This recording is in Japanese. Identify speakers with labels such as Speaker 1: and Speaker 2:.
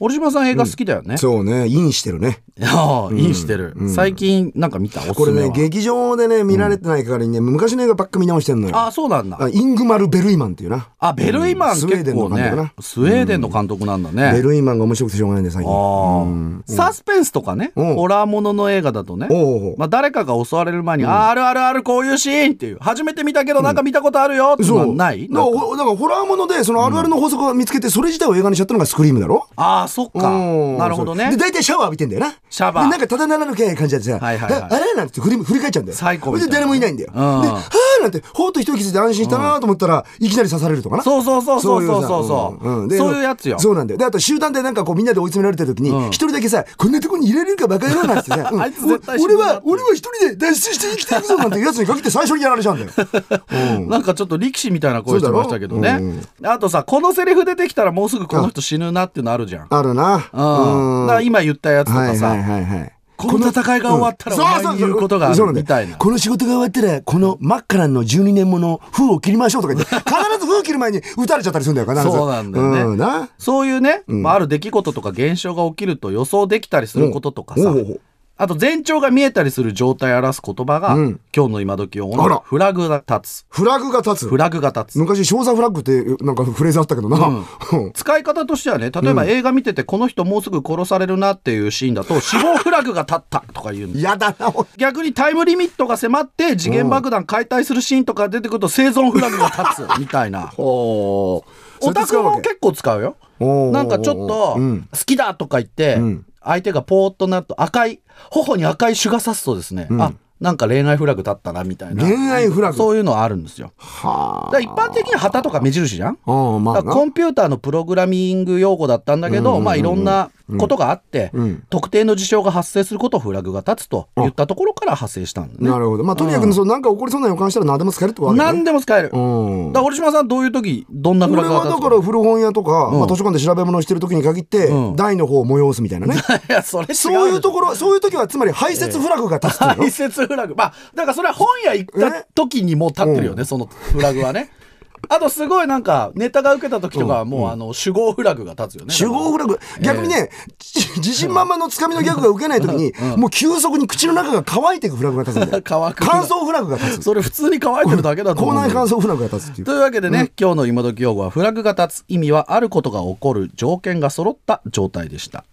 Speaker 1: 折島さん映画好きだよね。
Speaker 2: そうね、インしてるね。
Speaker 1: ああ、インしてる。最近なんか見たおす
Speaker 2: こ
Speaker 1: す
Speaker 2: れ
Speaker 1: め
Speaker 2: ね、
Speaker 1: は。
Speaker 2: 劇場でね、見られてない代わりにね、昔の映画ばっか見直してんのよ。
Speaker 1: ああ、そうなんだ。
Speaker 2: あイングマル・ベルイマンっていうな。
Speaker 1: あ、ベルイマン
Speaker 2: うんスウェーデ
Speaker 1: 結
Speaker 2: ンの
Speaker 1: 構
Speaker 2: 監督
Speaker 1: ね
Speaker 2: な。
Speaker 1: スウェーデンの監督なんだ
Speaker 2: ベ
Speaker 1: ね。
Speaker 2: ルイマンが面白くてしょうがないんで、最近。
Speaker 1: あーサスペンスとかね、
Speaker 2: うん
Speaker 1: ホラーものの映画だとね、
Speaker 2: おうおう
Speaker 1: まあ、誰かが襲われる前に、あーあるあるあるこういうシーンっていう、初めて見たけどなんか見たことあるよっていうのはない
Speaker 2: だから
Speaker 1: なんか
Speaker 2: ほだからホラーものでそのあるあるの法則を見つけてそれ自体を映画にしちゃったのがスクリームだろ、
Speaker 1: ああ、そっか。
Speaker 2: うん
Speaker 1: なるほど
Speaker 2: そう
Speaker 1: ね
Speaker 2: で。大体シャワー浴びてんだよな
Speaker 1: シャワー
Speaker 2: でなんかただならぬ気配感じでさ、
Speaker 1: はいはいはい
Speaker 2: ああれなんて振り振り返っちゃうんだよ
Speaker 1: サイコみたいな
Speaker 2: で誰もいないんだよ、
Speaker 1: うん
Speaker 2: ではあなんてほーっと一息ついて安心したなと思ったら、いきなり刺されるとかな
Speaker 1: そうそうそうそうそうそうそ。
Speaker 2: いうさんんで
Speaker 1: そういうやつよ。
Speaker 2: そうなんだよ。で、あと集団でなんかこうみんなで追い詰められた時に、一人だけさ、こんなとこに入れれるかバカ野郎なんてさ、う ん
Speaker 1: あいつ絶対死
Speaker 2: 俺
Speaker 1: ぬな
Speaker 2: は、俺は一人で脱出して生きていくぞなんてやつに限って最初にやられち ゃうんだよ。うん
Speaker 1: なんかちょっと力士みたいな声してましたけどね
Speaker 2: そうだろ
Speaker 1: あとさこのセリフ出てきたらもうすぐこの人死ぬなっていうのあるじゃん
Speaker 2: あるな。
Speaker 1: うん、だから
Speaker 2: うん
Speaker 1: 今言ったやつと
Speaker 2: は
Speaker 1: か
Speaker 2: い
Speaker 1: さ、
Speaker 2: はいはいはい。
Speaker 1: この戦いが終わったら
Speaker 2: うん
Speaker 1: お前に言うことがある
Speaker 2: そうそうそう
Speaker 1: みたいな
Speaker 2: この仕事が終わったら、このマッカランの12年もの封を切りましょうとか言って、必ず封切る前に撃たれちゃったりするんだよ、必ず。
Speaker 1: そうなんだよね
Speaker 2: うんな。
Speaker 1: そういうね、まあ、ある出来事とか現象が起きると予想できたりすることとかさ、
Speaker 2: おうおうおう
Speaker 1: あと前兆が見えたりする状態を表す言葉が、
Speaker 2: うん
Speaker 1: 今日の今時用
Speaker 2: あ
Speaker 1: の
Speaker 2: ら
Speaker 1: フラグが立つ
Speaker 2: フラグが立つ
Speaker 1: フ。ラグが立つ、
Speaker 2: 昔、少佐フラッグってなんかフレーズあったけどな。 うん
Speaker 1: 使い方としてはね例えば映画見ててこの人もうすぐ殺されるなっていうシーンだと死亡フラグが立ったとか言うんだ
Speaker 2: 嫌だな、おい
Speaker 1: 逆にタイムリミットが迫って次元爆弾解体するシーンとか出てくると生存フラグが立つみたい な
Speaker 2: おー
Speaker 1: オタクも結構使うよ
Speaker 2: 構
Speaker 1: なんかちょっと
Speaker 2: うん、
Speaker 1: 好きだとか言って、
Speaker 2: うん
Speaker 1: 相手がポーっとなると赤い頬に赤い朱が刺すとですね、あなんか恋愛フラグだったなみたいな
Speaker 2: 恋愛フラグ
Speaker 1: そういうのあるんですよ
Speaker 2: は
Speaker 1: だか
Speaker 2: あ
Speaker 1: ら一般的に旗とか目印じゃん
Speaker 2: あーま
Speaker 1: だ
Speaker 2: あ
Speaker 1: から
Speaker 2: な
Speaker 1: コンピューターのプログラミング用語だったんだけど、
Speaker 2: うんうんうんうん
Speaker 1: まあいろんなことがあって、
Speaker 2: うん
Speaker 1: 特定の事象が発生することをフラグが立つと言ったところから派生したんだね
Speaker 2: なるほどまあとにか
Speaker 1: う
Speaker 2: く
Speaker 1: ん
Speaker 2: そうなんか起こりそうな予感したら何でも使えるってことだ
Speaker 1: 何
Speaker 2: ね
Speaker 1: でも使える、だか
Speaker 2: うん
Speaker 1: ら堀島さんどういう時どんなフ
Speaker 2: 俺
Speaker 1: ラグが
Speaker 2: は
Speaker 1: 立
Speaker 2: だ
Speaker 1: つ
Speaker 2: から古本屋とか、
Speaker 1: うん
Speaker 2: まあ、図書館で調べ物をしてる時に限って、
Speaker 1: うん
Speaker 2: 台の方を催すみたいなね
Speaker 1: いや それ違うでしょ
Speaker 2: そういうところそういう時はつまり排泄フラグが立つっていうの
Speaker 1: 大切フラグまあだからそれは本屋行った時にもう立ってるよね、そのフラグはねあとすごいなんかネタが受けた時とかはもうあの主語フラグが立つよね
Speaker 2: 主語フラグ逆にね、じ自信満々のつかみのギャグが受けない時に、もう急速に口の中が乾いていくフラグが立つんだよ
Speaker 1: 乾く
Speaker 2: 乾燥フラグが 立つ
Speaker 1: それ普通に乾いてるだけだと思うん
Speaker 2: 口
Speaker 1: だ
Speaker 2: 内
Speaker 1: けど
Speaker 2: 乾燥フラグが立つっていう
Speaker 1: というわけでね、今日の今時用語はフラグが立つ意味はあることが起こる条件が揃った状態でした